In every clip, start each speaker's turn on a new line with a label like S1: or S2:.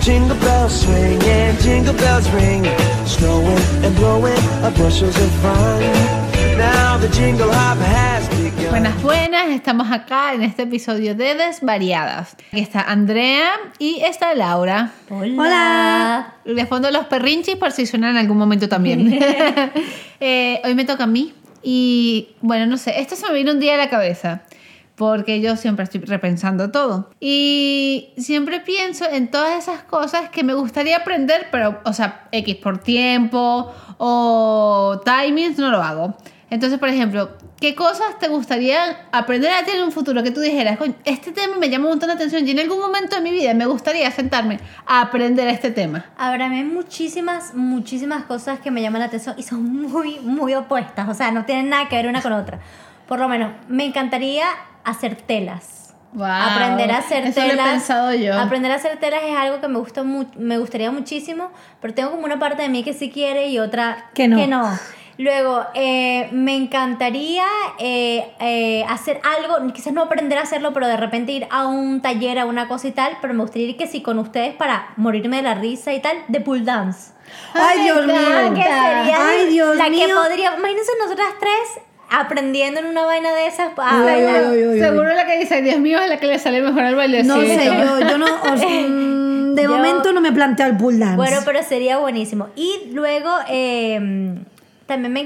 S1: jingle bells swing, yeah, jingle bells ring. Snowing and blowing are bushels of fun. Now the jingle hop has begun.
S2: Buenas, buenas, estamos acá en este episodio de Desvariadas. Aquí está Andrea y está Laura.
S3: Hola.
S2: Y Les pongo los perrinchis por si suenan en algún momento también. Eh, hoy me toca a mí y bueno, no sé, esto se me vino un día a la cabeza porque yo siempre estoy repensando todo y siempre pienso en todas esas cosas que me gustaría aprender, pero o sea, X por tiempo o timings no lo hago. Entonces, por ejemplo, ¿qué cosas te gustaría aprender a ti en un futuro que tú dijeras, "Coño, este tema me llama un montón la atención y en algún momento de mi vida me gustaría sentarme a aprender este tema?
S3: Habrá muchísimas, muchísimas cosas que me llaman la atención y son muy, muy opuestas. O sea, no tienen nada que ver una con otra. Por lo menos, me encantaría hacer telas.
S2: Wow,
S3: aprender a hacer
S2: eso lo he
S3: telas.
S2: pensado yo.
S3: Aprender a hacer telas es algo que me gusta mu- me gustaría muchísimo, pero tengo como una parte de mí que sí quiere y otra
S4: Que no.
S3: Luego, eh, me encantaría eh, eh, hacer algo, quizás no aprender a hacerlo, pero de repente ir a un taller, a una cosa y tal, pero me gustaría ir que sí con ustedes para morirme de la risa y tal, de pull dance.
S4: Ay, Dios mío.
S3: Ah, que sería
S4: Ay, Dios
S3: la que
S4: mío.
S3: podría, imagínense nosotras tres aprendiendo en una vaina de esas. a
S4: Uy,
S3: bailar.
S4: uy, uy, uy, uy.
S2: Seguro la que dice, Dios mío, es la que le sale mejor al bailecito.
S4: No sé, yo, yo no. o sea, mm, de
S3: Yo-
S4: momento no me planteo el pull dance.
S3: Bueno, pero sería buenísimo. Y luego eh, también me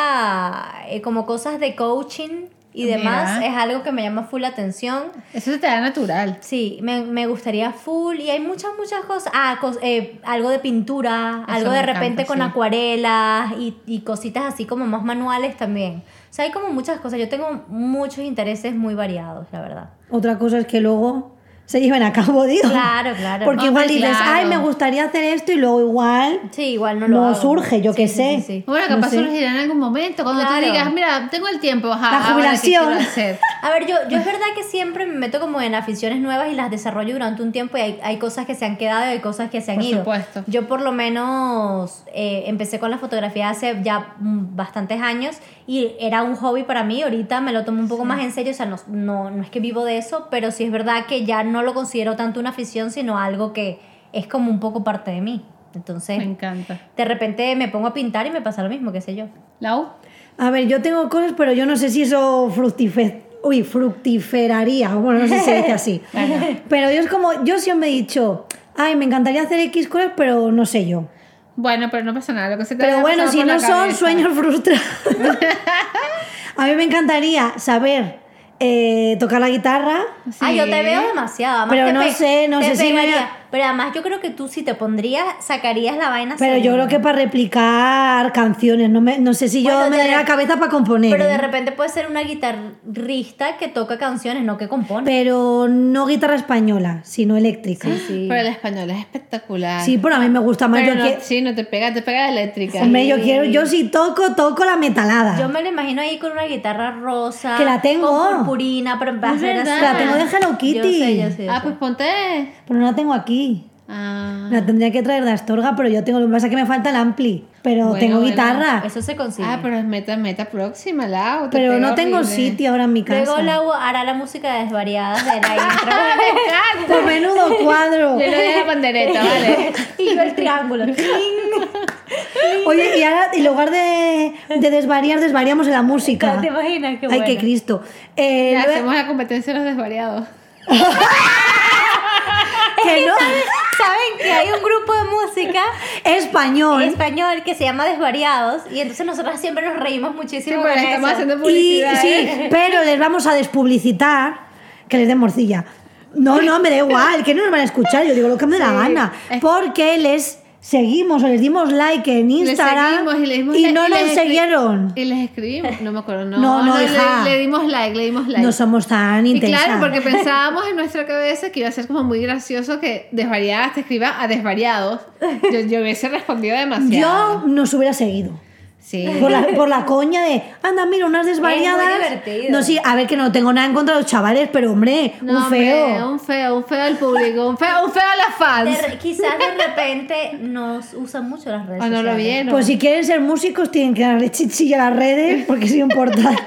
S3: encantaría eh, como cosas de coaching y
S2: Mira.
S3: demás. Es algo que me llama full la atención.
S2: Eso se te da natural.
S3: Sí, me, me gustaría full y hay muchas, muchas cosas. Ah, cos- eh, algo de pintura,
S2: Eso
S3: algo de
S2: me
S3: repente
S2: encanta,
S3: con
S2: sí.
S3: acuarelas y, y cositas así como más manuales también. O sea, hay como muchas cosas. Yo tengo muchos intereses muy variados, la verdad.
S4: Otra cosa es que luego se lleven a cabo, digo.
S3: Claro, claro.
S4: Porque
S2: Hombre,
S4: igual dices,
S2: claro.
S4: ay, me gustaría hacer esto y luego igual
S3: Sí, igual no
S4: no,
S3: lo hago.
S4: surge, yo
S3: Sí,
S4: qué
S3: sí,
S4: sé.
S3: sí, sí.
S2: Bueno,
S4: No
S2: capaz
S4: sé.
S2: surgirá en algún momento, cuando
S3: Claro.
S2: tú digas, mira, tengo el tiempo, ajá,
S4: La
S2: ahora, ¿qué
S4: jubilación.
S2: quiero hacer?
S3: A ver, yo, yo es verdad que siempre me meto como en aficiones nuevas y las desarrollo durante un tiempo y hay, hay cosas que se han quedado y hay cosas que se han
S2: Por
S3: ido.
S2: supuesto.
S3: Yo por lo menos eh, empecé con la fotografía hace ya mm, bastantes años y era un hobby para mí, ahorita me lo tomo un poco más en serio, o sea, no, no, no es que vivo de eso, pero sí es verdad que ya no lo considero tanto una afición, sino algo que es como un poco parte de mí.
S2: Me
S3: Entonces,
S2: encanta.
S3: de repente me pongo a pintar y me pasa lo mismo, qué sé yo.
S2: ¿Lau?
S4: A ver, yo tengo cosas, pero yo no sé si eso fructife- uy, fructiferaría. Bueno, no sé si se dice así.
S2: Bueno.
S4: Pero yo es como, yo siempre he dicho, ay, me encantaría hacer X cosas, pero no sé yo.
S2: Bueno, pero no pasa nada, lo que se te
S4: Pero
S2: haya
S4: bueno,
S2: pasado
S4: si
S2: por la
S4: no son
S2: cabeza.
S4: sueños frustrados. a mí me encantaría saber eh, tocar la guitarra.
S2: Sí.
S3: Ah, yo te veo demasiado. además
S4: Pero
S3: te
S4: no
S3: pe-
S4: sé, no
S3: te
S4: sé si me-
S3: pegaría. Pero además yo creo que tú si te pondrías, sacarías la vaina.
S4: Pero yo creo que para replicar canciones, no, me, no sé si yo
S3: Bueno,
S4: me
S3: de
S4: daría
S3: re-
S4: la cabeza para componer.
S3: Pero de
S4: ¿eh?
S3: repente puede ser una guitarrista que toca canciones, no que compone.
S4: Pero no guitarra española, sino eléctrica. Sí,
S3: Sí.
S2: Pero el español es espectacular.
S4: pero a mí me gusta más.
S2: pero
S4: yo
S2: no,
S4: que-
S2: sí, no te pega, te pega la eléctrica. Ah,
S4: Hombre, yo quiero, yo si toco, toco la metalada.
S3: Yo me lo imagino ahí con una guitarra rosa.
S4: Que la tengo.
S3: Con purpurina, pero va a
S2: Es
S3: ser
S2: verdad.
S3: así.
S2: La tengo de
S4: Hello Kitty.
S3: Yo sé, yo sé, yo
S2: Ah,
S3: sé.
S2: pues ponte.
S4: Pero no la tengo aquí.
S2: Ah,
S4: La tendría que traer de Astorga, pero yo tengo, lo que pasa es que me falta el ampli. Pero
S2: Bueno,
S4: tengo
S2: bueno,
S4: guitarra.
S3: Eso se consigue.
S2: ah, pero es meta, meta próxima, Lau. te
S4: Pero
S2: pega
S4: no tengo
S2: horrible.
S4: sitio ahora en mi casa.
S3: Luego Lau hará la música de desvariadas de la
S2: Ah,
S3: intro.
S2: me encanta.
S4: Por menudo cuadro.
S2: Le doy la pandereta, vale.
S3: y yo el triángulo.
S4: Oye, y ahora en lugar de, de desvariar, desvariamos en la
S2: Ah,
S4: música.
S3: ¿Te imaginas? Qué
S4: Ay,
S3: bueno.
S4: qué Cristo. Eh,
S2: Ya
S4: lue-
S2: hacemos la competencia de los desvariados.
S4: que no,
S3: Saben que hay un grupo de música
S4: español.
S3: español que se llama Desvariados y entonces nosotras siempre nos reímos
S2: Sí,
S3: muchísimo
S2: pero
S3: con
S2: estamos
S3: eso.
S2: haciendo
S4: Y,
S2: publicidad.
S4: sí,
S2: ¿eh?
S4: pero les vamos a despublicitar que les den morcilla. No, no, me da igual, que no nos van a escuchar, yo digo lo que me da la gana. Porque les seguimos o les dimos like en
S2: Le
S4: Instagram
S2: seguimos y le dimos like
S4: no
S2: y
S4: nos
S2: les escri-
S4: siguieron.
S2: Y les escribimos, no me acuerdo, no.
S4: No, no, hija.
S2: le, le dimos like, le dimos like.
S4: No somos tan
S2: y
S4: intensas.
S2: claro, porque pensábamos en nuestra cabeza que iba a ser como muy gracioso que desvariadas te escriba a desvariados. Yo, yo hubiese respondido demasiado.
S4: Yo nos hubiera seguido.
S2: Sí.
S4: Por la, por la coña de, anda, mira, unas desvariadas.
S3: divertido.
S4: No, sí, a ver, que no tengo nada en contra de los chavales, pero hombre,
S2: No,
S4: un
S2: hombre,
S4: feo.
S2: un feo, un feo al público, un feo, un feo a las fans.
S3: De- quizás de repente nos usan mucho las redes
S2: O Ah, no lo
S3: sociales.
S2: vieron.
S4: Pues si quieren ser músicos, tienen que darle chichilla a las redes, porque es importante.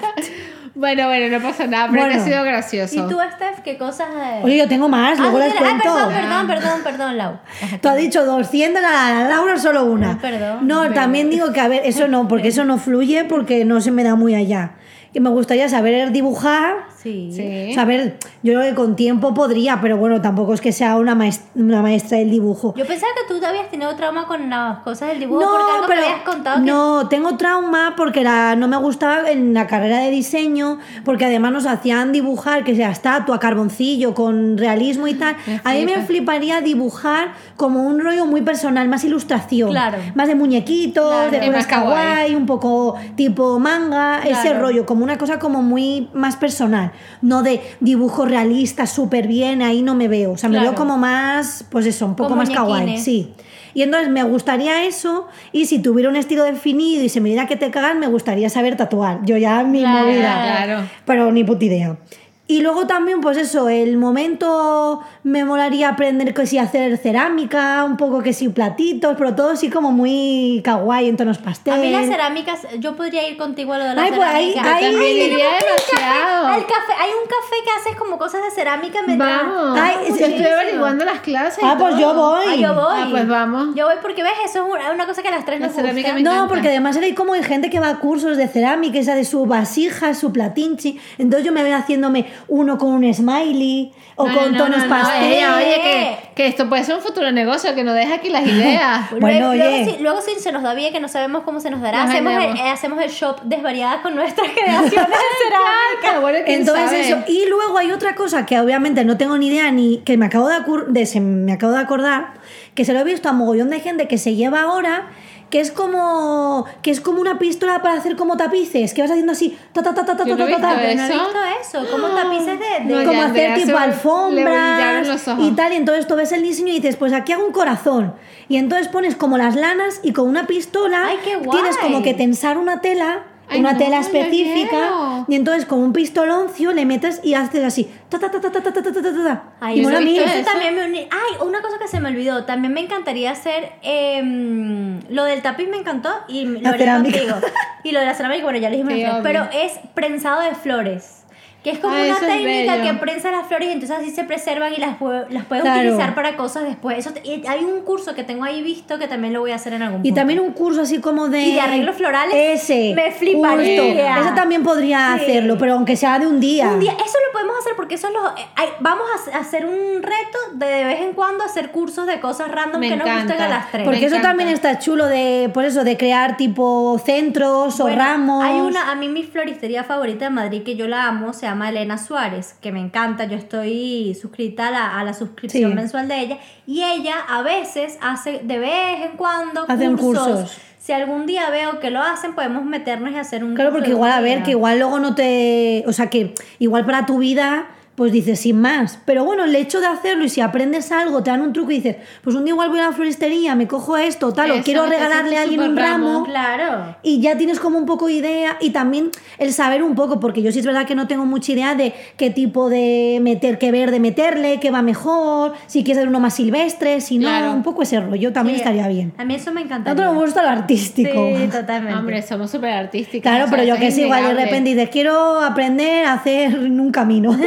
S2: Bueno, bueno, no pasa nada, pero este
S4: Bueno.
S2: ha sido gracioso.
S3: ¿Y tú, Steph, qué cosas? eh?
S4: Oye, yo tengo más,
S3: Ah,
S4: luego
S3: tú
S4: las
S3: tienes-
S4: cuento.
S3: Ah, perdón, perdón, perdón, perdón, Lau.
S4: Tú has dicho 200, la, la Laura solo una.
S3: Ah, perdón.
S4: no,
S3: Perdón.
S4: también digo que a ver, eso no, porque eso no fluye porque no se me da muy allá. Que me gustaría saber dibujar,
S3: Sí.
S2: Sí.
S4: saber, yo creo que con tiempo podría, pero bueno, tampoco es que sea una, maest- una maestra del dibujo.
S3: Yo pensaba que tú te habías tenido trauma con las cosas del dibujo
S4: no,
S3: porque algo
S4: pero
S3: me habías contado que
S4: no, tengo trauma porque la, no me gustaba en la carrera de diseño, porque además nos hacían dibujar, que sea estatua, carboncillo, con realismo y tal.
S2: Me
S4: a mí me
S2: flipa.
S4: fliparía dibujar como un rollo muy personal, más ilustración,
S3: Claro.
S4: más de muñequitos,
S3: Claro.
S4: de
S2: Es
S4: cosas
S2: más kawaii.
S4: kawaii, un poco tipo manga, ese
S3: Claro.
S4: rollo, como una cosa como muy más personal, no de dibujo realista, súper bien, ahí no me veo, o sea, me
S3: Claro.
S4: veo como más, pues eso, un poco
S3: Con
S4: más kawaii,
S3: muñequines.
S4: sí. Y entonces me gustaría eso, y si tuviera un estilo definido y se me diera que te cagan, me gustaría saber tatuar. Yo ya mi
S3: Claro,
S4: movida.
S2: claro.
S4: Pero ni puta idea. Y luego también, pues eso, el momento me molaría aprender que si hacer cerámica, un poco que si platitos, pero todo así como muy kawaii en tonos pastel.
S3: A mí las cerámicas, yo podría ir contigo a lo de las
S4: Ay, pues, ahí-
S3: cerámicas.
S4: ahí-
S2: También
S4: ay,
S2: iría demasiado.
S3: Al café, hay un café que haces como cosas de cerámica me tra-
S2: Vamos.
S4: Ay, es-
S2: yo estoy
S4: muchísimo.
S2: averiguando las clases. y
S4: Ah, pues
S2: todo.
S4: yo voy.
S3: Ah, yo voy.
S2: Ah, pues vamos.
S3: Yo voy porque ves, eso es una, una cosa que a las tres
S2: La
S3: nos
S2: cerámica
S3: gusta.
S2: me-
S4: No,
S2: encanta.
S4: porque además hay como hay gente que va a cursos de cerámica, esa de su vasija, su platinchi. Entonces yo me veo haciéndome uno con un smiley o
S2: No,
S4: con
S2: no, no,
S4: tonos
S2: no, no,
S4: pastel.
S2: Ella, oye, que, que esto puede ser un futuro negocio, que no deja aquí las ideas.
S3: Luego-
S4: Bueno,
S3: luego,
S4: oye.
S3: si, luego si se nos da bien, que no sabemos cómo se nos dará,
S2: Nos
S3: hacemos el,
S2: vendemos.
S3: eh, hacemos el shop desvariadas con nuestras creaciones de cerámica.
S2: Claro, bueno, quién
S4: Entonces
S2: sabe.
S4: eso. Y luego hay otra cosa que obviamente no tengo ni idea ni que me acabo de, acur- de- se me acabo de acordar que se lo he visto a mogollón de gente que se lleva ahora que es como que es como una pistola para hacer como tapices que vas haciendo así ta ta ta ta ta
S2: Yo
S4: ta
S2: no he
S4: ta, ta,
S2: visto eso.
S4: ta.
S3: No he visto eso, como tapices de... de-
S2: No,
S4: como
S2: ya,
S4: hacer
S2: Andrea, se
S4: tipo
S2: me- le brillaron
S4: alfombras
S2: los ojos.
S4: y tal, y entonces tú ves el diseño y dices, pues aquí hago un corazón. Y entonces pones como las lanas y con una pistola
S3: Ay, qué guay.
S4: tienes como que tensar una tela,
S2: Ay,
S4: una
S2: no,
S4: tela
S2: lo
S4: específica,
S2: quiero.
S4: y entonces con un pistoloncio le metes y haces así. Ta, ta, ta, ta, ta, ta, ta, ta, ta, ta, ta.
S3: Ay,
S4: y
S2: yo no
S4: mola
S2: he
S4: mil.
S2: visto
S3: Eso
S2: Eso.
S3: también me uní. Ay, una cosa que se me olvidó. También me encantaría hacer. em, lo del tapiz me encantó y lo
S4: La
S3: haré
S4: cerámica.
S3: contigo. Y lo de la cerámica, bueno, ya lo dijimos.
S2: Sí,
S3: nosotros. pero
S2: obvio.
S3: es prensado de flores. Que es como
S2: Ah,
S3: una
S2: eso es
S3: técnica
S2: bello.
S3: que prensa las flores y entonces así se preservan y las, pue- las puedes
S4: Claro.
S3: utilizar para cosas después. Eso te- y hay un curso que tengo ahí visto que también lo voy a hacer en algún
S4: Y
S3: punto.
S4: también un curso así como de...
S3: Y de arreglos florales,
S4: Ese.
S3: me fliparía.
S4: justo. Eso también podría
S3: Sí.
S4: hacerlo, pero aunque sea de un día.
S3: Un día, eso lo podemos hacer porque eso es lo. eh, hay- vamos a hac- hacer un reto de de vez en cuando hacer cursos de cosas random
S2: Me
S3: que nos gusten
S2: encanta.
S3: a las tres.
S2: Me
S4: Porque eso
S2: encanta.
S4: también está chulo de, por eso, de crear tipo centros o
S3: Bueno,
S4: ramos.
S3: Hay una, a mí mi floristería favorita de Madrid que yo la amo, se llama Elena Suárez, que me encanta, yo estoy suscrita a la, a la suscripción
S4: Sí.
S3: mensual de ella y ella a veces hace de vez en cuando
S4: Hacen
S3: cursos.
S4: cursos.
S3: Si algún día veo que lo hacen, podemos meternos y hacer un
S4: Claro,
S3: curso
S4: porque
S3: de
S4: igual,
S3: un
S4: a ver,
S3: día.
S4: que igual luego no te. O sea, que igual para tu vida, pues dices sin más. Pero bueno, el hecho de hacerlo y si aprendes algo, te dan un truco y dices, pues un día igual voy a la floristería, me cojo esto, tal, o
S2: Eso,
S4: quiero
S2: te haces
S4: regalarle a
S2: un
S4: alguien un
S2: super
S4: ramo.
S2: ramo.
S3: Claro.
S4: Y ya tienes como un poco de idea y también el saber un poco, porque yo sí es verdad que no tengo mucha idea de qué tipo de meter, qué verde meterle, qué va mejor, si quieres hacer uno más silvestre, si no,
S2: Claro.
S4: un poco ese rollo también
S3: Sí,
S4: estaría bien.
S3: A mí eso me encanta.
S4: Nosotros nos gusta lo artístico.
S3: Sí, totalmente.
S2: Hombre, somos súper artísticos.
S4: Claro,
S2: o sea,
S4: pero yo
S2: eso
S4: que
S2: es
S4: sé, igual de
S2: innegable.
S4: repente dices, quiero aprender a hacer un camino.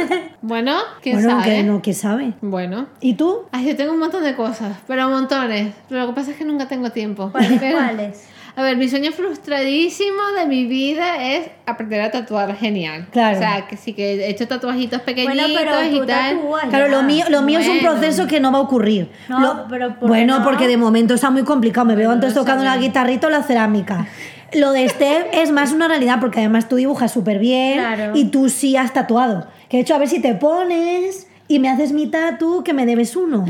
S2: Bueno, quién
S4: bueno,
S2: sabe.
S4: que no, que sabe.
S2: Bueno.
S4: ¿Y tú?
S2: Ay, yo tengo un montón de cosas, pero montones. Lo que pasa es que nunca tengo tiempo.
S3: ¿Cuáles,
S2: Pero-
S3: cuáles?
S2: A ver, mi sueño frustradísimo de mi vida es aprender a tatuar genial.
S4: Claro.
S2: O sea, que sí que he hecho tatuajitos pequeñitos
S3: bueno, pero tú
S2: y tal.
S3: tatúas
S4: Claro,
S3: ya.
S4: lo mío, lo mío es un
S2: Bueno.
S4: proceso que no va a ocurrir.
S3: No,
S4: Lo-
S3: pero ¿por qué
S4: bueno,
S3: no?
S4: porque de momento está muy complicado. Me veo antes tocando la guitarrita o la cerámica. Lo de Steph es más una realidad porque además tú dibujas súper bien
S3: Claro.
S4: y tú sí has tatuado. Que de hecho, a ver si te pones y me haces mi tatu que me debes uno.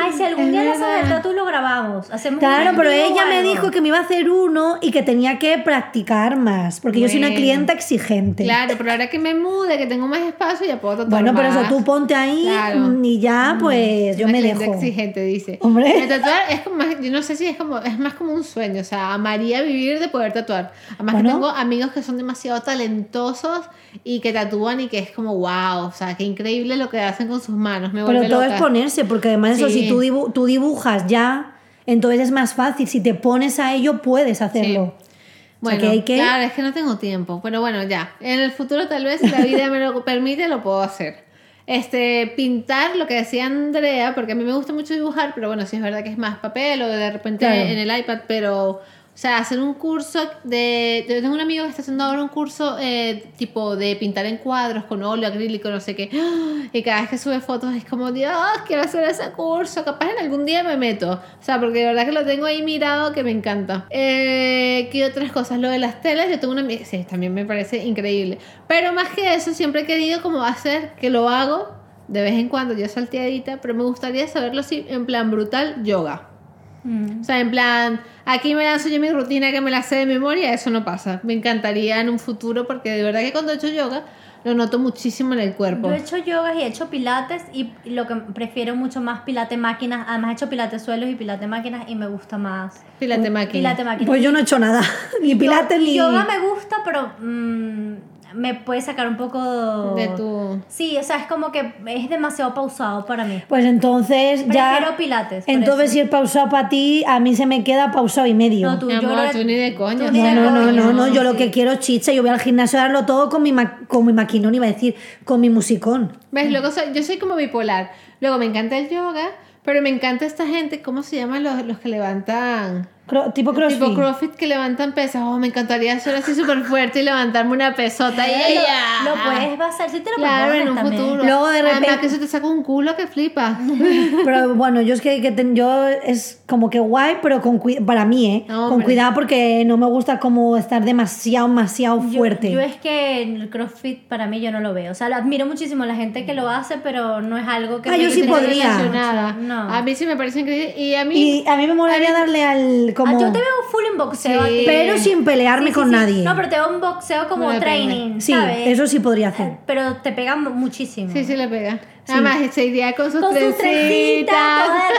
S3: Ay, si algún
S2: Es
S3: día la
S2: verdad.
S3: tatu lo grabamos. Hacemos
S4: Claro,
S3: un
S4: pero
S3: video o
S4: ella me
S3: algo.
S4: dijo que me iba a hacer uno y que tenía que practicar más, porque yo soy una
S2: Bueno.
S4: clienta exigente.
S2: Claro, pero ahora que me mude, que tengo más espacio, ya puedo tatuar
S4: Bueno, pero eso
S2: más.
S4: tú ponte ahí
S2: Claro.
S4: mm, y ya, pues yo
S2: Una
S4: me
S2: clienta
S4: dejo.
S2: exigente, dice.
S4: Hombre.
S2: El tatuar es como más, yo no sé si es como, es más como un sueño, o sea, amaría vivir de poder tatuar. Además
S4: Bueno.
S2: que tengo amigos que son demasiado talentosos y que tatúan y que es como wow, o sea, que increíble lo que hacen con sus manos, me
S4: Pero
S2: vuelve
S4: todo
S2: loca.
S4: es ponerse, porque además eso,
S2: Sí.
S4: si tú, dibu- tú dibujas ya, entonces es más fácil. Si te pones a ello, puedes
S2: Sí.
S4: hacerlo. sea,
S2: Bueno,
S4: que hay que-
S2: claro, es que no tengo tiempo, pero bueno, ya. En el futuro tal vez si la vida me lo permite, lo puedo hacer. Este, pintar lo que decía Andrea, porque a mí me gusta mucho dibujar, pero bueno, sí es verdad que es más papel o de repente
S4: Claro.
S2: en el iPad, pero o sea, hacer un curso de yo tengo un amigo que está haciendo ahora un curso eh, tipo de pintar en cuadros con óleo acrílico, no sé qué. Y cada vez que sube fotos es como, Dios, quiero hacer ese curso, capaz en algún día me meto. O sea, porque de verdad que lo tengo ahí mirado que me encanta. Eh, ¿Qué otras cosas? Lo de las telas, yo tengo una... ami- Sí, también me parece increíble. Pero más que eso, siempre he querido como hacer que lo hago de vez en cuando, yo salteadita, pero me gustaría saberlo si en plan brutal yoga.
S3: Mm.
S2: O sea, en plan, aquí me lanzo yo mi rutina que me la sé de memoria, eso no pasa. Me encantaría en un futuro porque de verdad que cuando he hecho yoga lo noto muchísimo en el cuerpo.
S3: Yo he hecho yogas y he hecho pilates y lo que prefiero mucho más pilate máquinas. Además he hecho pilates suelos y pilate máquinas y me gusta más.
S2: Pilate máquina.
S3: Pilate máquinas.
S4: Pues yo no he hecho nada, ni pilates
S3: Yo-
S4: ni...
S3: Yoga me gusta, pero mm, me puede sacar un poco...
S2: De tu-
S3: Sí, o sea, es como que es demasiado pausado para mí.
S4: Pues entonces ya...
S3: Prefiero pilates, por
S4: Entonces
S3: eso.
S4: si el pausado para ti, a mí se me queda pausado y medio.
S3: No, tú,
S2: Mi
S3: yo
S2: amor,
S3: lo-
S2: tú ni de coña,
S3: tú
S2: o
S3: ni
S2: sea,
S3: de
S4: No, no,
S3: coña,
S4: no, no, yo lo
S3: sí.
S4: que quiero es chicha, yo voy al gimnasio a darlo todo con mi, ma- con mi maquinón, iba a decir, con mi musicón.
S2: ¿Ves? Luego soy- yo soy como bipolar. Luego me encanta el yoga, pero me encanta esta gente, ¿cómo se llaman los, los que levantan?
S4: Cro- tipo crossfit.
S2: Tipo CrossFit que levantan pesas. Oh, me encantaría ser así súper fuerte y levantarme una pesota y
S3: Lo-
S2: ella.
S3: Lo, puedes basar, si te lo
S2: Claro,
S3: propones
S2: en un
S3: también.
S2: futuro.
S4: Luego de
S2: Además
S4: repente-
S2: que eso te saca un culo que flipa.
S4: Pero bueno, yo es que, que ten- yo es como que guay, pero con cui- para mí, ¿eh?
S2: No,
S4: con
S2: hombre.
S4: cuidado porque no me gusta como estar demasiado, demasiado
S3: Yo-
S4: fuerte.
S3: Yo, es que el CrossFit para mí yo no lo veo. O sea, lo admiro muchísimo a la gente que lo hace, pero no es algo que...
S4: Ah,
S3: me
S4: yo sí
S3: interese
S4: podría.
S2: Relacionada.
S3: mucho. No.
S2: A mí sí me parece increíble. Y a mí.
S4: y a mí me molaría darle al
S3: Ah,
S4: como...
S3: yo te veo full en boxeo.
S2: Sí.
S3: a ti.
S4: Pero sin pelearme
S3: Sí, sí,
S4: con
S3: sí.
S4: nadie.
S3: No, pero te veo un boxeo como
S2: No me pega.
S3: training,
S4: sí,
S3: ¿sabes?
S4: eso sí podría hacer.
S3: Pero te pegan mu- muchísimo.
S2: Sí, sí le pega. Además, se iría con sus
S3: Con sus trencitas, toda de rosa,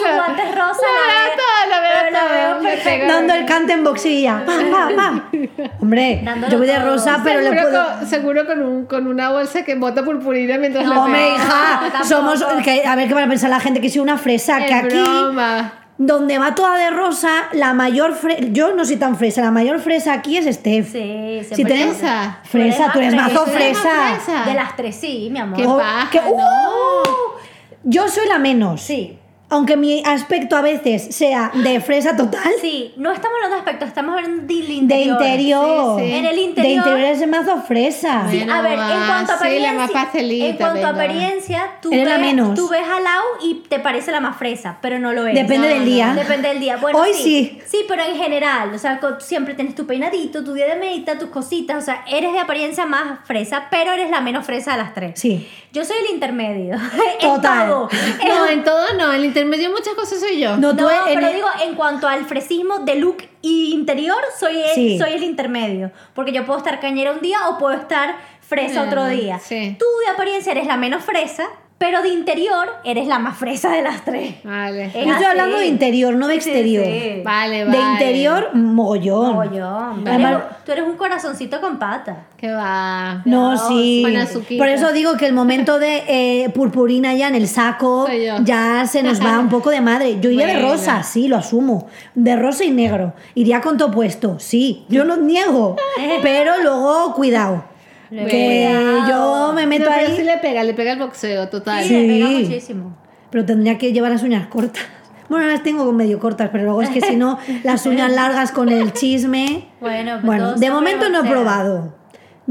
S3: sus
S2: Lo-
S3: guantes rosa.
S2: lo veo todo, lo veo
S3: pero
S2: todo.
S3: veo
S2: Me
S3: perfecto.
S2: pega.
S4: Dando el cante en boxilla. Pa, pa, pa. Hombre,
S3: Dándolo
S4: yo voy de
S3: todo.
S4: rosa, pero le
S2: seguro,
S4: puedo...
S2: con, seguro con, un, con una bolsa que bota purpurina mientras la
S4: No, hombre,
S2: pega.
S4: hija,
S3: tampoco.
S4: somos. que- a ver qué van a pensar la gente que soy una fresa.
S2: Es
S4: que aquí,
S2: broma.
S4: donde va toda de rosa, la mayor fresa. Yo no soy tan fresa, la mayor fresa aquí es Steph.
S3: Sí, se
S4: Si
S3: pone-
S4: tenemos-
S2: Fresa.
S4: Fresa, tú eres mazo
S2: Tú eres más
S4: fresa.
S2: fresa.
S3: De las tres, sí, mi amor.
S2: Qué
S4: Oh,
S2: paja,
S4: que-
S2: ¿no?
S4: ¡Uh! Yo soy la menos.
S3: Sí.
S4: Aunque mi aspecto a veces sea de fresa total,
S3: Sí, no estamos hablando de aspecto, estamos hablando del
S4: de
S3: interior.
S4: interior.
S2: Sí, sí.
S3: En el
S4: De
S3: interior.
S4: interior es mazo fresa.
S3: Sí,
S2: Bueno,
S3: a ver, en
S2: más,
S3: cuanto a
S2: ah, sí, la
S3: apariencia,
S2: más pastelita,
S3: en cuanto a
S2: venga.
S3: apariencia, tú
S4: Eres
S3: ves,
S4: la menos.
S3: tú ves a Lau y te parece la más fresa, pero no lo es.
S4: Depende
S2: No,
S4: del
S2: no,
S4: día.
S3: Depende del día. Bueno,
S4: Hoy sí.
S3: sí. pero en general, o sea, co- siempre tienes tu peinadito, tu día de medita, tus cositas, o sea, eres de apariencia más fresa, pero eres la menos fresa de las tres.
S4: Sí.
S3: Yo soy el intermedio.
S4: Total.
S3: en todo. En-
S2: No, en todo no. En el intermedio muchas cosas soy yo.
S4: Eh, No,
S3: No,
S4: tú en
S3: pero
S4: el-
S3: digo, en cuanto al fresismo de look y interior, soy el,
S4: Sí.
S3: soy el intermedio. Porque yo puedo estar cañera un día o puedo estar fresa
S2: Mm,
S3: otro día.
S2: sí.
S3: Tú de apariencia eres la menos fresa, pero de interior eres la más fresa de las tres.
S2: Vale.
S3: Eh,
S4: Yo estoy
S3: así.
S4: hablando de interior, no de exterior.
S3: sí.
S2: Vale,
S4: De
S2: vale.
S4: interior, mogollón.
S3: Mogollón. Tú,
S4: Además-
S3: eres, un- tú eres un corazoncito con pata.
S2: Que va.
S4: No,
S3: No,
S4: sí.
S2: con azuquita.
S4: Por eso digo que el momento de eh, purpurina ya en el saco
S2: Soy yo.
S4: ya se nos va un poco de madre. Yo iría de
S2: Bueno.
S4: rosa, sí, lo asumo. De rosa y negro. Iría con todo puesto, sí. Yo lo niego. pero luego, cuidado.
S3: Luego,
S4: que
S3: cuidado.
S4: yo me meto
S2: No, pero
S4: ahí.
S2: sí le pega, le pega el boxeo, total.
S3: Y
S4: Sí.
S3: le pega muchísimo.
S4: Pero tendría que llevar las uñas cortas. Bueno, las tengo con medio cortas, pero luego es que si no, las uñas largas con el chisme.
S3: Bueno, pues
S4: Bueno,
S3: todos
S4: de
S3: somos
S4: momento no he
S3: boxeo.
S4: probado.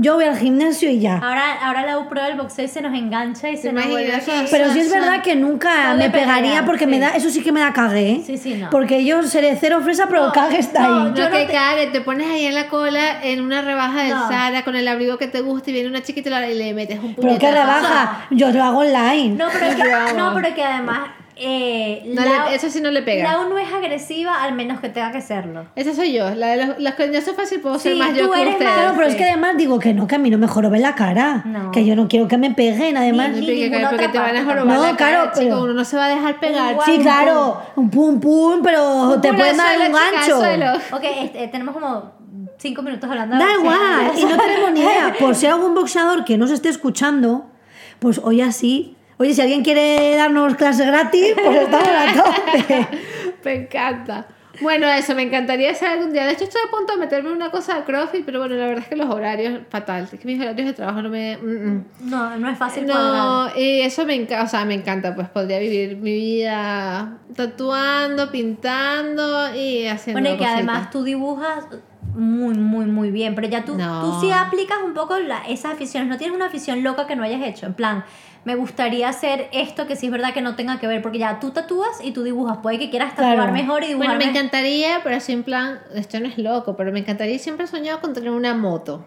S4: Yo voy al gimnasio y ya.
S3: Ahora, ahora la U prueba el boxeo y se nos engancha y se nos vuelve
S2: imaginas?
S3: aquí.
S4: Pero
S2: Son-
S4: sí es
S2: son-
S4: verdad que nunca
S3: son
S4: me
S3: de
S4: pegaría
S3: pelea,
S4: porque me
S3: sí.
S4: da, eso sí que me da cague. ¿eh?
S3: Sí, sí, no.
S4: Porque yo seré cero fresa, pero el cague
S3: no,
S4: está ahí.
S2: No,
S3: Yo
S2: que
S3: te-
S2: care, te pones ahí en la cola en una rebaja de
S3: No.
S2: Sara con el abrigo que te gusta y viene una chiquita y la- y le metes un
S4: Pero
S2: puñetazo.
S4: que rebaja, yo lo hago online.
S3: No, pero
S2: Vamos.
S3: que, no, pero que además. Eh,
S2: No le- eso sí no le pega.
S3: Lau no es agresiva, al menos que tenga que serlo.
S2: Esa soy yo, la de los, las coñazos fácil puedo ser
S3: Sí,
S2: más yo
S3: tú
S2: que
S3: eres
S2: ustedes.
S3: más-
S4: Claro, pero es que además digo que no, que a mí no me joroben la cara.
S3: No.
S4: Que yo no quiero que me peguen, además.
S2: No
S3: Ni
S2: te que
S3: ninguna
S2: caer porque
S3: otra
S2: te van a
S3: parte.
S2: jorobar
S4: No,
S2: la cara,
S4: claro,
S2: chico,
S4: pero-
S2: uno no se va a dejar pegar.
S3: Igual.
S4: Ah, sí,
S3: un
S4: claro, un pum pum, pero
S2: Un
S4: te pueden dar
S2: puñazo
S4: un
S2: al
S4: gancho.
S2: suelo.
S3: Ok, este, tenemos como cinco minutos hablando de
S4: Da
S3: boxeo.
S4: igual, y no tenemos ni idea. Por si hay algún boxeador que nos esté escuchando, pues hoy así. Oye, si alguien quiere darnos clase gratis, pues estamos a tope.
S2: Me encanta. Bueno, eso, me encantaría hacer algún día. De hecho, estoy a punto de meterme en una cosa de CrossFit, pero bueno, la verdad es que los horarios, fatal. Es que mis horarios de trabajo no me... mm, mm.
S3: No, no es fácil cuadrar.
S2: No, y eso me encanta, o sea, me encanta, pues podría vivir mi vida tatuando, pintando y haciendo
S3: Bueno, y que
S2: cositas.
S3: además tú dibujas muy, muy, muy bien. Pero ya tú,
S2: No.
S3: tú sí aplicas un poco la- esas aficiones. No tienes una afición loca que no hayas hecho. En plan, me gustaría hacer esto que sí es verdad que no tenga que ver. Porque ya tú tatúas y tú dibujas. Puede que quieras tatuar
S4: Claro.
S3: mejor y dibujar
S2: Bueno, me
S3: mejor.
S2: encantaría, pero así en plan, esto no es loco, pero me encantaría, y siempre he soñado con tener una moto.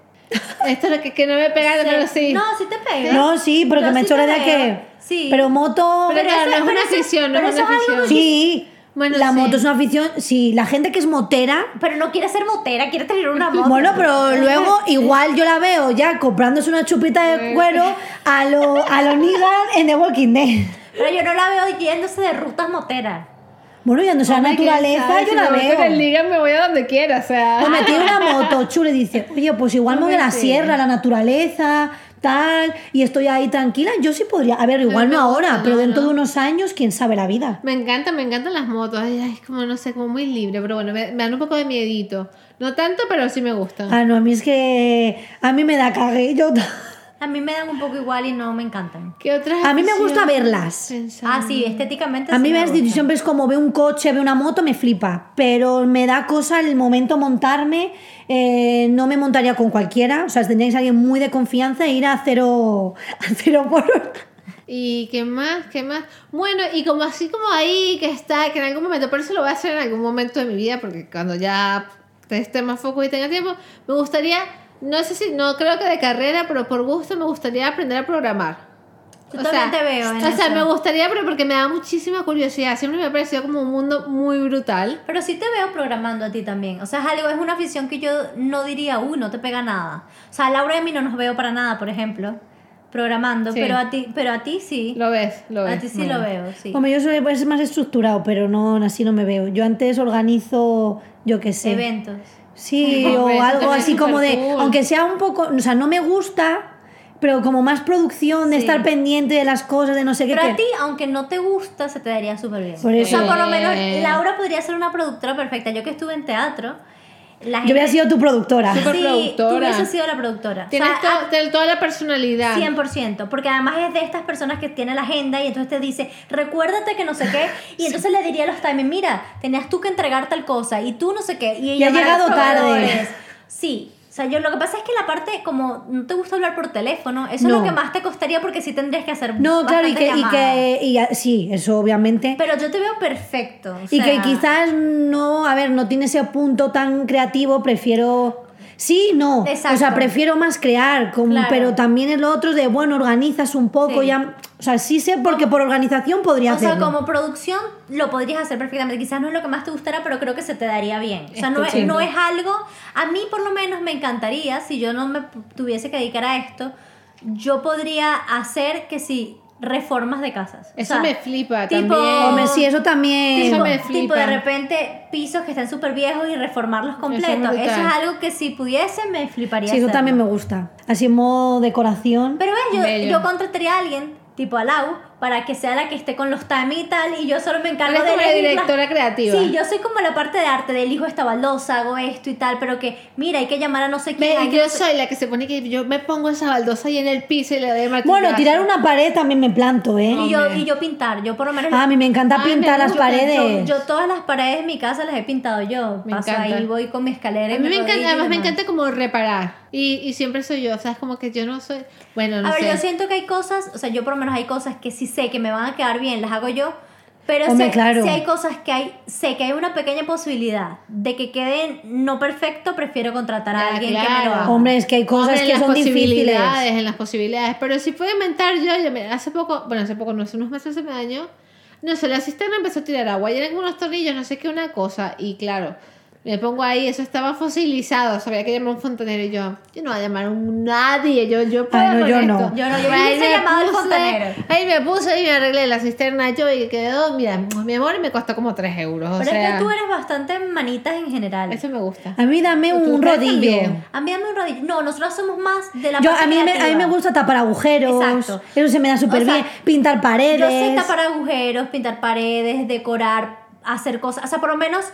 S2: Esto es lo que, que no me pega, pero sí.
S3: No, sí te pega.
S4: No, sí, pero
S3: Yo
S4: que me
S3: sí
S4: chora
S3: te
S4: de
S3: veo.
S4: que.
S3: Sí.
S4: Pero moto.
S2: Pero claro, no es una
S3: eso-
S2: afición, no
S3: pero
S2: es una
S3: eso es algo
S2: afición.
S4: sí.
S2: Bueno,
S4: la
S2: sí.
S4: moto es una afición. Sí, la gente que es motera.
S3: Pero no quieres ser motera, quieres tener una moto.
S4: Bueno, pero luego igual yo la veo ya comprándose una chupita de cuero a lo, a lo Negan en The Walking Dead.
S3: Pero yo no la veo yéndose de rutas moteras.
S4: Bueno, y cuando sea
S2: Hombre, quién
S4: naturaleza,
S2: sabe,
S4: yo
S2: si me
S4: la
S2: voy con el
S4: veo.
S2: liga me voy a donde quiera, o sea.
S4: O me tiene una moto chula y dice, oye, pues igual me voy a la
S2: Hombre, sí.
S4: sierra, a la naturaleza, tal, y estoy ahí tranquila. Yo sí podría, a ver, igual
S2: me
S4: no
S2: gusta,
S4: ahora,
S2: no,
S4: pero dentro
S2: no.
S4: de unos años, quién sabe la vida.
S2: Me encanta, me encantan las motos. Ay, ay, es como, no sé, como muy libre, pero bueno, me, me dan un poco de miedito. No tanto, pero sí me gustan.
S4: Ah, no, a mí es que. A mí me da cague. Yo...
S3: A mí me dan un poco igual y no me encantan.
S2: ¿Qué otras
S4: A mí me gusta
S2: aficiones
S4: verlas.
S2: pensaba?
S3: Ah, sí, estéticamente
S4: A
S3: sí
S4: mí
S3: me
S4: ves,
S3: gustan.
S4: siempre es como veo un coche, veo una moto, me flipa. Pero me da cosa el momento montarme. eh, no me montaría con cualquiera. O sea, tendría que ser alguien muy de confianza e ir a cero, a cero por hora.
S2: ¿Y qué más? ¿Qué más? Bueno, y como así como ahí que está, que en algún momento, pero eso lo voy a hacer en algún momento de mi vida, porque cuando ya esté más foco y tenga tiempo, me gustaría, no sé si, no creo que de carrera, pero por gusto me gustaría aprender a programar.
S3: Yo también te veo en
S2: o sea,
S3: eso.
S2: me gustaría, pero porque me da muchísima curiosidad. Siempre me ha parecido como un mundo muy brutal.
S3: Pero sí te veo programando a ti también. O sea, es algo, es una afición que yo no diría, uy, no te pega nada. O sea, a Laura y a mí no nos veo para nada, por ejemplo, programando,
S2: Sí.
S3: pero a ti, pero a ti sí.
S2: Lo ves, lo ves.
S3: a ti sí
S2: Bueno.
S3: lo veo, sí.
S4: Hombre, yo soy es más estructurado, pero no, así no me veo. Yo antes organizo, yo qué sé.
S3: Eventos.
S4: Sí,
S2: Hombre,
S4: o
S2: eso
S4: algo
S2: también es
S4: así como de,
S2: supercool.
S4: aunque sea un poco, o sea, no me gusta, pero como más producción, de
S3: Sí.
S4: estar pendiente de las cosas, de no sé qué.
S3: Pero
S4: que-
S3: a ti, aunque no te gusta, se te daría súper bien.
S4: Por
S3: o sea,
S4: eso.
S3: por lo menos
S2: Sí.
S3: Laura podría ser una productora perfecta. Yo que estuve en teatro, la
S4: Yo
S3: gente...
S4: hubiera sido tu productora.
S2: Súper
S3: Sí, tú
S2: productora.
S3: hubieses sido la productora. O
S2: Tienes
S3: sea, ah,
S2: to- te- toda la personalidad.
S3: 100%, porque además es de estas personas que tiene la agenda y entonces te dice, recuérdate que no sé qué, y entonces le diría a los timing, mira, tenías tú que entregar tal cosa y tú no sé qué, y
S4: Y ha
S3: llamar a los
S4: llegado tarde.
S3: proveedores. Sí. O sea, yo lo que pasa es que la parte como no te gusta hablar por teléfono, eso es lo
S4: No.
S3: que más te costaría porque sí tendrías que hacer
S4: No, claro, y que,
S3: bastantes
S4: y
S3: llamadas.
S4: que y a- sí, eso obviamente.
S3: Pero yo te veo perfecto. o
S4: y que
S3: sea,
S4: quizás no, a ver, no tiene ese punto tan creativo, prefiero... Sí, no. O
S3: Exacto.
S4: sea, prefiero más crear, como,
S3: Claro.
S4: pero también el otro de, bueno, organizas un poco,
S3: Sí.
S4: ya... O sea, sí sé porque por organización podría
S3: O sea,
S4: hacerlo.
S3: como producción lo podrías hacer perfectamente. Quizás no es lo que más te gustará, pero creo que se te daría bien. O sea, no es,
S2: Estupendo.
S3: no es algo... A mí por lo menos me encantaría, si yo no me tuviese que dedicar a esto, yo podría hacer que si reformas de casas. O
S2: Eso
S3: sea,
S2: me flipa
S3: tipo-
S2: también.
S4: Hombre, sí, eso también...
S2: Eso me
S3: Tipo de
S2: flipa.
S3: repente pisos que están súper viejos y reformarlos completos. Eso,
S2: brutal.
S3: es algo que si pudiese me fliparía.
S4: Sí, eso
S3: hacerlo.
S4: también me gusta. Así en modo decoración.
S3: Pero ves, yo,
S2: Bello.
S3: yo contrataría a alguien, tipo a Lau, para que sea la que esté con los timing y tal, y yo solo me encargo
S2: Eres
S3: de
S2: como la
S3: elegir
S2: directora
S3: las-
S2: creativa.
S3: Sí, yo soy como la parte de arte, del hijo esta baldosa, hago esto y tal, pero que, mira, hay que llamar a no sé quién.
S2: Ve,
S3: hay que-
S2: yo soy la que se pone que yo me pongo esa baldosa ahí en el piso y le doy martillazo.
S4: bueno, tirar una pared también me planto, ¿eh?
S3: y, yo,
S2: Hombre.
S3: y yo pintar, yo por lo menos...
S4: Ah, a mí me encanta
S2: Ay, me
S4: pintar las
S2: gusta,
S4: paredes.
S3: Yo, yo todas las paredes de mi casa las he pintado yo.
S2: Me
S3: Paso
S2: encanta.
S3: ahí, voy con mi escalera. y
S2: A mí
S3: mi
S2: me
S3: rodilla
S2: encanta,
S3: y
S2: además me
S3: demás.
S2: encanta como reparar. Y, y siempre soy yo, o sea, es como que yo no soy. Bueno, no
S3: A ver,
S2: sé.
S3: yo siento que hay cosas, o sea, yo por lo menos hay cosas que sí sé que me van a quedar bien, las hago yo, pero
S4: Hombre,
S3: sé,
S4: claro.
S3: si hay cosas que hay, sé que hay una pequeña posibilidad de que queden no perfecto, prefiero contratar a
S2: Ah,
S3: alguien que me
S2: claro.
S3: lo haga.
S4: Hombre, es que hay cosas
S2: Hombre, en
S4: que
S2: las
S4: son difíciles.
S2: posibilidades, En las posibilidades. Pero si puedo inventar yo, yo me- hace poco, bueno, hace poco, no hace unos meses se me dañó. No sé, la cisterna empezó a tirar agua y eran como unos tornillos, no sé qué, una cosa. Y claro, me pongo ahí, eso estaba fosilizado. Sabía que llamar a un fontanero y yo, yo no voy a llamar a un nadie. Yo, yo puedo.
S4: Ah, no,
S2: con
S4: yo
S2: esto.
S4: no.
S3: Yo no, yo
S2: Ahí
S3: hubiese
S2: me
S3: llamado al
S2: puse-
S3: fontanero.
S2: Ahí me puse y me arreglé la cisterna yo y quedó, mira, mi amor, me costó como 3 euros. O
S3: pero es
S2: sea,
S3: que tú eres bastante manitas en general.
S2: eso me gusta.
S4: A mí dame
S2: Pues Tú
S4: un rodillo.
S2: también.
S3: A mí dame un rodillo. No, nosotros somos más de la
S4: Yo,
S3: parte
S4: a, mí me, a mí
S3: creativa.
S4: me gusta tapar agujeros.
S3: Exacto.
S4: Eso se me da súper
S3: O sea,
S4: bien. Pintar paredes.
S3: Yo sé tapar agujeros, pintar paredes, decorar, hacer cosas. O sea, por lo menos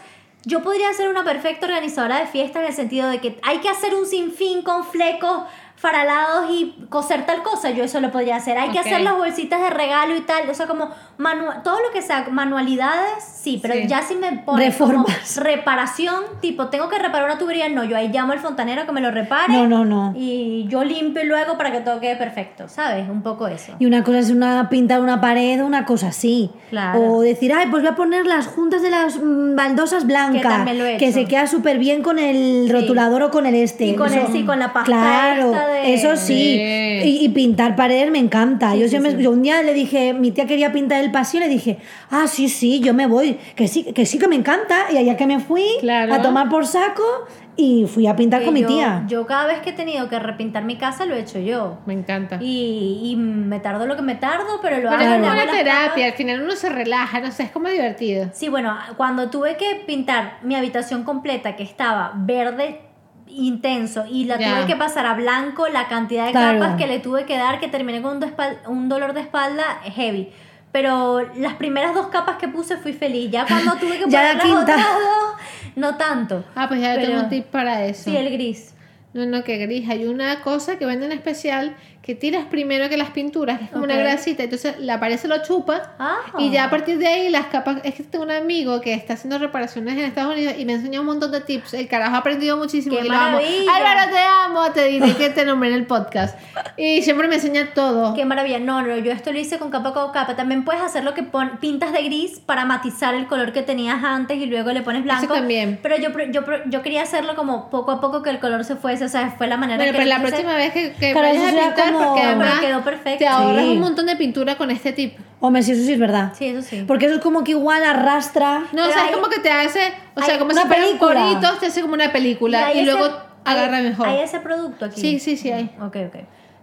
S3: Yo podría ser una perfecta organizadora de fiestas en el sentido de que hay que hacer un sinfín con flecos, faralados y coser tal cosa. Yo eso lo podría hacer. Hay
S2: Ok.
S3: que hacer las bolsitas de regalo y tal. O sea, como manua- todo lo que sea manualidades, sí, pero
S2: Sí.
S3: ya si me pones como
S4: Reformas.
S3: reparación, tipo, tengo que reparar una tubería, no, yo ahí llamo al fontanero que me lo repare.
S4: No, no, no.
S3: Y yo limpio luego para que todo quede perfecto, ¿sabes? Un poco eso.
S4: Y una cosa es una pintar una pared, una cosa así.
S3: Claro.
S4: O decir, ay, pues voy a poner las juntas de las mm, baldosas blancas.
S3: también lo he
S4: que
S3: hecho.
S4: se queda súper bien con el
S3: Sí.
S4: rotulador o con el este.
S3: Y con
S4: Eso-
S3: el- sí, con la pasta
S4: Claro,
S3: esta de-
S4: eso sí.
S2: Sí.
S4: Y, y pintar pared me encanta. yo, siempre, yo un día le dije, mi tía quería pintar el pasillo y le dije, ah, sí, sí, yo me voy. Que sí, que sí que me encanta. Y allá que me fui
S2: Claro.
S4: a tomar por saco y fui a pintar
S3: Que
S4: con mi
S3: yo-
S4: tía.
S3: Yo cada vez que he tenido que repintar mi casa lo he hecho yo.
S2: Me encanta.
S3: Y, y me tardo lo que me tardo, pero lo
S2: Pero es
S3: hago. le
S2: como
S3: hago
S2: una
S3: las
S2: terapia,
S3: capas.
S2: al final uno se relaja, no sé, es como divertido.
S3: Sí, bueno, cuando tuve que pintar mi habitación completa que estaba verde intenso y la
S2: Ya.
S3: tuve que pasar a blanco, la cantidad de
S4: Claro.
S3: capas que le tuve que dar, que terminé con un, despal- un dolor de espalda heavy. Pero las primeras dos capas que puse fui feliz. Ya cuando tuve que
S4: Ya
S3: poner
S4: la
S3: las
S4: quinta.
S3: otras dos, no tanto.
S2: Ah, pues ya tengo
S3: Pero-
S2: un tip para eso.
S3: Sí, el gris.
S2: No, no, que gris. Hay una cosa que venden especial que tiras primero que las pinturas, que es como
S3: Ok.
S2: una grasita. Entonces la pared se lo chupa
S3: Ah.
S2: y ya a partir de ahí las capas. Es que tengo un amigo que está haciendo reparaciones en Estados Unidos y me enseñó un montón de tips. El carajo ha aprendido muchísimo.
S3: ¡Qué
S2: y lo amo.
S3: maravilla!
S2: Álvaro, te amo. Te diré que te nombré en el podcast. Y siempre me enseña todo.
S3: Qué maravilla. No, no, yo esto lo hice con capa con capa. También puedes hacer lo que pon- pintas de gris para matizar el color que tenías antes y luego le pones blanco.
S2: también.
S3: Pero yo, pro- yo, pro- yo quería hacerlo como poco a poco que el color se fuese. O sea, fue la manera
S2: Bueno,
S3: que
S2: pero
S3: lo
S2: la
S3: quise.
S2: próxima vez que, que
S4: Claro,
S2: vayas
S4: eso
S2: a
S4: será
S2: pintar,
S4: como-
S2: porque
S4: Pero
S2: además
S3: quedó perfecto.
S2: te ahorras
S4: Sí.
S2: un montón de pintura con este tip.
S4: Hombre, si eso sí es verdad.
S3: Sí, eso sí.
S4: Porque eso es como que igual arrastra.
S2: No, o
S3: Pero
S2: sea,
S3: hay-
S2: es como que te hace, o sea,
S3: hay
S2: como
S4: una
S2: si fueran
S4: película.
S2: coritos, te hace como una película y,
S3: hay
S2: luego
S3: ese-
S2: agarra
S3: hay-
S2: mejor.
S3: Hay ese producto aquí.
S2: Sí, sí, sí, hay.
S3: Ok, ok.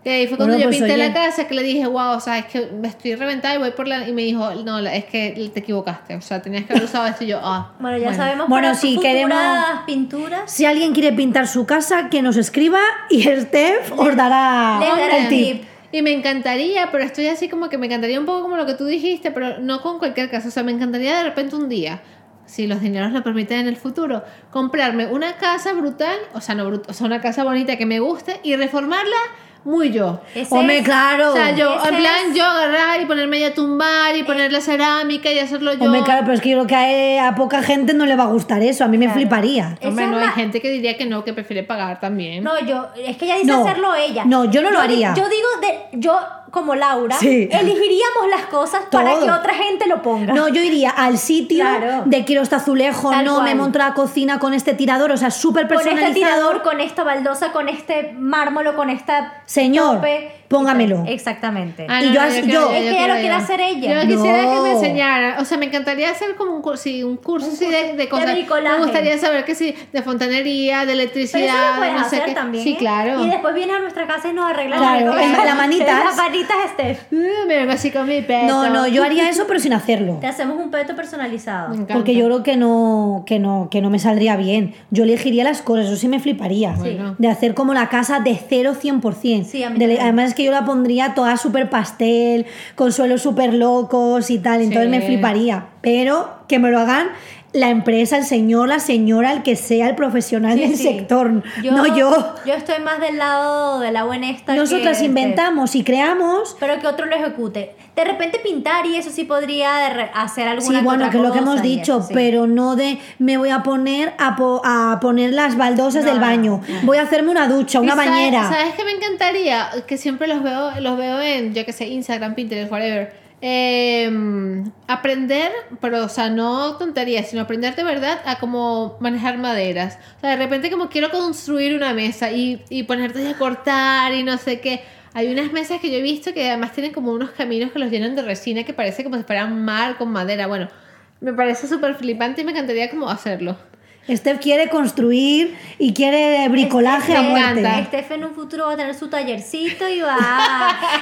S2: Y ahí fue cuando
S4: Bueno,
S2: yo
S4: pues,
S2: pinté
S4: oye.
S2: la casa que le dije, wow, o sea, es que me estoy reventada y voy por la. Y me dijo, no, la- es que te equivocaste, o sea, tenías que haber usado esto y yo, ah.
S3: Bueno, ya sabemos
S4: Bueno,
S3: para
S4: si
S3: futuras
S4: queremos-
S3: pinturas.
S4: Si alguien quiere pintar su casa, que nos escriba y Steph os dará
S3: le dará
S4: el
S3: el
S4: tip.
S3: tip.
S2: Y me encantaría, pero estoy así como que me encantaría un poco como lo que tú dijiste, pero no con cualquier casa. O sea, me encantaría de repente un día, si los dineros lo permiten en el futuro, comprarme una casa brutal, o sea, no brutal, o sea, una casa bonita que me guste y reformarla muy yo.
S3: Ese
S4: Hombre,
S3: es-
S4: claro.
S2: O sea, yo,
S3: Ese
S2: en plan,
S3: es-
S2: yo agarrar y ponerme ya a tumbar y poner la cerámica y hacerlo yo.
S4: Hombre, claro, pero es que yo creo que a, a poca gente no le va a gustar eso. A mí me fliparía.
S3: Esa
S2: Hombre,
S3: es
S2: no, hay
S3: la-
S2: gente que diría que no, que prefiere pagar también.
S3: No, yo, es que ella dice
S4: No.
S3: hacerlo ella.
S4: No, yo no lo
S3: di-
S4: haría.
S3: Yo digo, de, yo como Laura,
S4: Sí.
S3: elegiríamos las cosas para
S4: Todo.
S3: que otra gente lo ponga.
S4: No, yo iría al sitio
S3: Claro.
S4: de quiero este azulejo,
S3: Tal
S4: no me
S3: cual.
S4: monto la cocina con este tirador, o sea, súper
S3: con este
S4: personalizado.
S3: tirador, con esta baldosa, con este mármol o con esta
S4: Señor,
S3: tope.
S4: póngamelo.
S3: Exactamente.
S2: Ah,
S4: Y yo así-
S2: quiero
S4: yo-
S2: ya,
S4: Es
S3: que ella
S2: quiero
S3: lo
S2: ya.
S3: quiere hacer ella.
S2: Yo quisiera que me
S4: No.
S2: enseñara. O sea, me encantaría hacer como un curso, sí, un curso, sí, de, de cosas.
S3: bricolaje.
S2: me gustaría saber que sí, de fontanería, de electricidad,
S3: Pero eso lo puedes
S2: no sé
S3: hacer
S2: qué.
S3: también.
S2: Sí,
S3: ¿eh?
S2: claro.
S3: Y después vienes a nuestra casa y nos arreglas
S4: Claro,
S3: la,
S2: la-
S4: la manita.
S3: Las manitas, Steph.
S2: Uh, me vengo así con mi peto.
S4: No, no, yo haría eso pero sin hacerlo.
S3: Te hacemos un peto personalizado.
S2: Me encanta.
S4: Porque yo creo que no, que no, que no me saldría bien. Yo elegiría las cosas, eso sí me fliparía.
S2: Bueno.
S4: De hacer como la casa de cero 100%.
S3: Sí, a mí
S4: De-
S3: también.
S4: además es que yo la pondría toda súper pastel, con suelos súper locos y tal, entonces
S2: Sí.
S4: me fliparía. Pero que me lo hagan la empresa, el señor, la señora, el que sea, el profesional
S3: Sí,
S4: del
S3: sí.
S4: sector, no yo.
S3: Yo estoy más del lado de la buena esta. que
S4: Nosotras
S3: Steph.
S4: inventamos y creamos.
S3: Pero que otro lo ejecute. De repente pintar y eso sí podría de re- hacer alguna
S4: Sí,
S3: que
S4: bueno,
S3: otra
S4: que es lo que
S3: cosa
S4: hemos
S3: y
S4: dicho,
S3: eso, sí.
S4: pero no de me voy a poner a, po- a poner las baldosas
S3: No,
S4: del
S3: no,
S4: baño, voy a hacerme una ducha, una
S2: Y sabe-
S4: bañera.
S2: ¿Sabes qué me encantaría? Que siempre los veo, los veo en, yo que sé, Instagram, Pinterest, whatever. Eh, aprender, pero o sea, no tonterías, sino aprender de verdad a cómo manejar maderas. O sea, de repente como quiero construir una mesa y, y ponerte a cortar y no sé qué. Hay unas mesas que yo he visto que además tienen como unos caminos que los llenan de resina que parece como si fuera un mar con madera. Bueno, me parece súper flipante y me encantaría como hacerlo.
S4: Steph quiere construir y quiere bricolaje a
S3: Steph-
S4: muerte.
S2: encanta.
S3: Steph en un futuro va a tener su tallercito y va.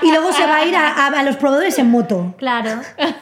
S4: Y luego se va a ir a, a- a los proveedores en moto.
S3: Claro.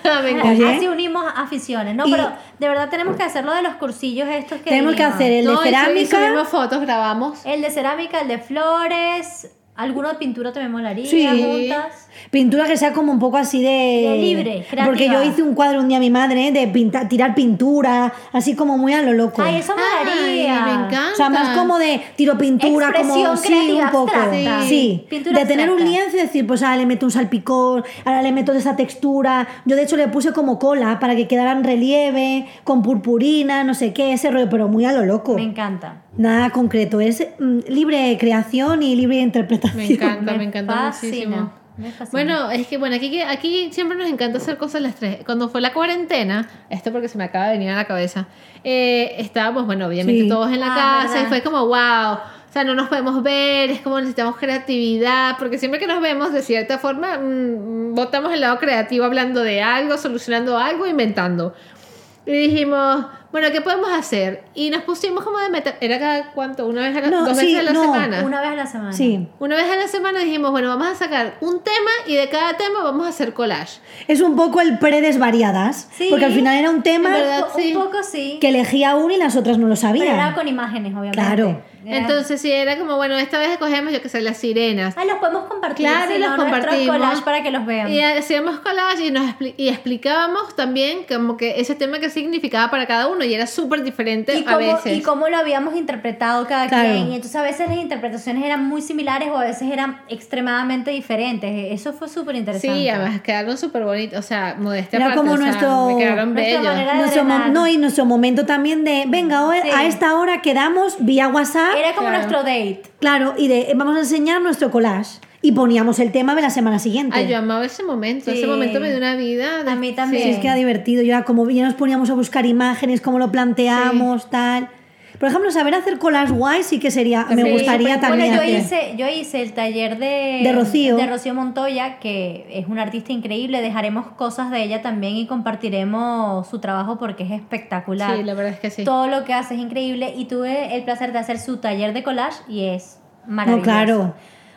S4: Ah,
S2: me encanta.
S4: Oye.
S3: Así unimos aficiones, ¿no?
S4: Y-
S3: Pero de verdad tenemos que hacer lo de los cursillos estos que.
S4: Tenemos que
S3: dijimos.
S4: hacer el de
S2: No, y subí-
S4: cerámica.
S2: subimos fotos, grabamos.
S3: El de cerámica, el de flores. Alguno de pintura también molaría,
S4: Sí.
S3: juntas.
S4: Pintura que sea como un poco así de...
S3: De libre, creativa.
S4: Porque yo hice un cuadro un día a mi madre de pintar, tirar pintura, así como muy a lo loco.
S3: Ay, eso molaría.
S2: me encanta.
S4: O sea, más como de tiro pintura,
S3: Expresión
S4: como sí,
S3: creativa
S4: un poco.
S3: abstracta.
S4: Sí,
S3: Sí. Pintura
S4: de tener un
S3: abstracta.
S4: lienzo y decir, pues ahora le meto un salpicón, ahora le meto de esa textura. Yo de hecho le puse como cola para que quedara en relieve, con purpurina, no sé qué, ese rollo, pero muy a lo loco.
S3: Me encanta.
S4: Nada concreto, es mm, libre creación y libre interpretación.
S2: Me encanta,
S3: Me
S2: me, encanta
S3: fascina,
S2: muchísimo.
S3: me fascina.
S2: Bueno, es que bueno, aquí, aquí siempre nos encanta hacer cosas las tres. Cuando fue la cuarentena, esto porque se me acaba de venir a la cabeza, eh, estábamos, bueno, obviamente
S4: Sí.
S2: todos en la
S3: Ah,
S2: casa
S3: verdad.
S2: y fue como, wow, o sea, no nos podemos ver, es como necesitamos creatividad, porque siempre que nos vemos, de cierta forma, mm, botamos el lado creativo hablando de algo, solucionando algo, inventando. Y dijimos, bueno, ¿qué podemos hacer? Y nos pusimos como de meta, era cada cuánto, una vez a la,
S4: No,
S2: dos
S4: sí,
S2: veces a la
S4: no,
S2: semana.
S3: Una vez a la semana.
S4: Sí.
S2: Una vez a la semana dijimos, bueno, vamos a sacar un tema y de cada tema vamos a hacer collage.
S4: Es un poco el pre-desvariadas,
S3: Sí.
S4: porque al final era un tema
S2: En verdad,
S3: un
S2: sí.
S3: poco sí.
S4: que elegía una y las otras no lo sabían.
S3: Pero era con imágenes, obviamente.
S4: Claro.
S3: Era-
S2: Entonces, sí, era como, bueno, esta vez escogemos, yo que sé, las sirenas.
S3: Ah, los podemos compartir.
S2: Claro,
S3: si
S2: los
S3: no, nuestros
S2: compartimos.
S3: collage para que los vean.
S2: Y hacíamos collage y, nos expli- y explicábamos también como que ese tema que significaba para cada uno y era súper diferente
S3: y
S2: a
S3: cómo,
S2: veces.
S3: y cómo lo habíamos interpretado cada
S4: Claro.
S3: quien. Y entonces a veces las interpretaciones eran muy similares o a veces eran extremadamente diferentes. E, Eso fue súper interesante.
S2: sí, además quedaron súper bonitos, o sea, modestia
S4: Era
S2: aparte,
S4: como
S2: o sea,
S4: nuestro-
S2: me quedaron
S3: nuestra
S2: bellos.
S3: manera- de
S4: Nuestro mo-
S3: drenar.
S4: no, y nuestro momento también de, venga, hoy-
S3: Sí.
S4: a esta hora quedamos vía WhatsApp,
S3: Era como
S2: Claro.
S3: nuestro date.
S4: claro, y de, eh, vamos a enseñar nuestro collage. Y poníamos el tema de la semana siguiente.
S2: Ay, yo amaba ese momento,
S3: Sí.
S2: ese momento me dio una vida. de-
S3: A mí
S4: Sí,
S3: también.
S4: es que era divertido, ya como ya nos poníamos a buscar imágenes, cómo lo planteamos, tal. Por ejemplo, saber hacer collage guay sí que sería, me
S2: Sí,
S4: gustaría
S2: súper-
S4: también.
S3: pues, Bueno, yo
S4: hacer.
S3: hice, yo hice el taller de,
S4: De Rocío.
S3: de Rocío Montoya, que es una artista increíble. Dejaremos cosas de ella también y compartiremos su trabajo porque es espectacular.
S2: Sí, la verdad es que sí.
S3: Todo lo que hace es increíble y tuve el placer de hacer su taller de collage y es maravilloso.
S4: No, claro.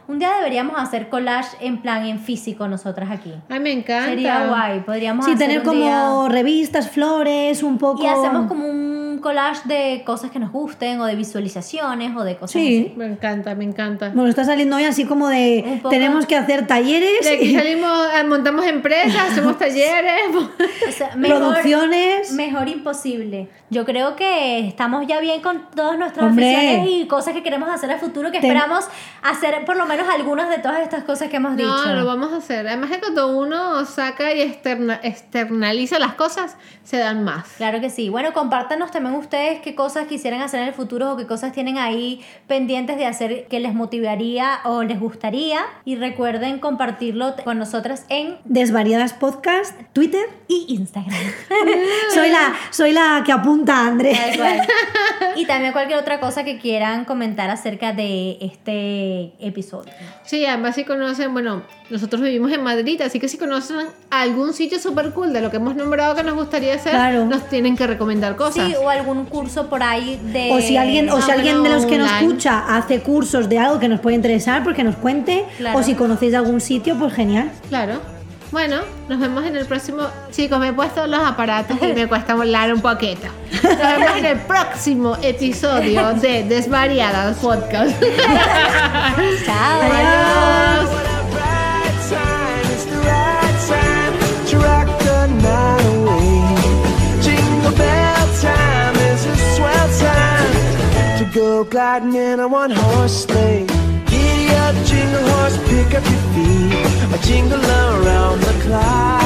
S3: Un día deberíamos hacer collage en plan en físico nosotras aquí.
S2: Ay, me encanta.
S3: Sería guay, podríamos
S4: Sí,
S3: hacer
S4: tener
S3: un
S4: como
S3: día-
S4: revistas, flores, un poco.
S3: y hacemos como un collage de cosas que nos gusten o de visualizaciones o de cosas así.
S4: Sí.
S2: Me encanta, me encanta.
S4: Bueno, está saliendo hoy así como
S3: Un
S4: de
S3: poco-
S4: tenemos que hacer talleres,
S2: De aquí salimos, eh, montamos empresas, hacemos talleres.
S3: O sea, mejor-
S4: producciones.
S3: Mejor imposible. Yo creo que estamos ya bien con todas nuestras
S4: Hombre.
S3: aficiones y cosas que queremos hacer a futuro, que
S4: Ten-
S3: esperamos hacer por lo menos algunas de todas estas cosas que hemos dicho.
S2: No, lo vamos a hacer. Además que cuando uno saca y externa, externaliza las cosas, se dan más.
S3: Claro que sí. Bueno, compártanos también ustedes qué cosas quisieran hacer en el futuro o qué cosas tienen ahí pendientes de hacer que les motivaría o les gustaría. Y recuerden compartirlo con nosotras en
S4: Desvariadas Podcast, Twitter.
S3: y Instagram.
S4: Soy la, soy la que apunta a
S3: Tal
S4: Andrés.
S3: cual. Y también cualquier otra cosa que quieran comentar acerca de este episodio.
S2: Sí, además si conocen, bueno, nosotros vivimos en Madrid, así que si conocen algún sitio súper cool de lo que hemos nombrado que nos gustaría hacer,
S4: Claro.
S2: nos tienen que recomendar cosas.
S3: Sí, o algún curso por ahí de...
S4: O si alguien, o si
S2: Ah,
S4: alguien de
S2: bueno,
S4: los que nos
S2: online.
S4: escucha hace cursos de algo que nos puede interesar, pues que nos cuente.
S3: Claro.
S4: O si conocéis algún sitio, pues genial.
S2: Claro. Bueno, nos vemos en el próximo. Chicos, me he puesto los aparatos y me cuesta volar un poquito. Nos vemos en el próximo episodio de Desvariadas Podcast.
S3: Chao.
S2: Adiós.
S1: What a bright time, it's the right time to rock the night away. Jingle bell time is a swell time to go gliding in a one horse sleigh. Giddy up, jingle horse, pick up your feet, or jingle around the clock.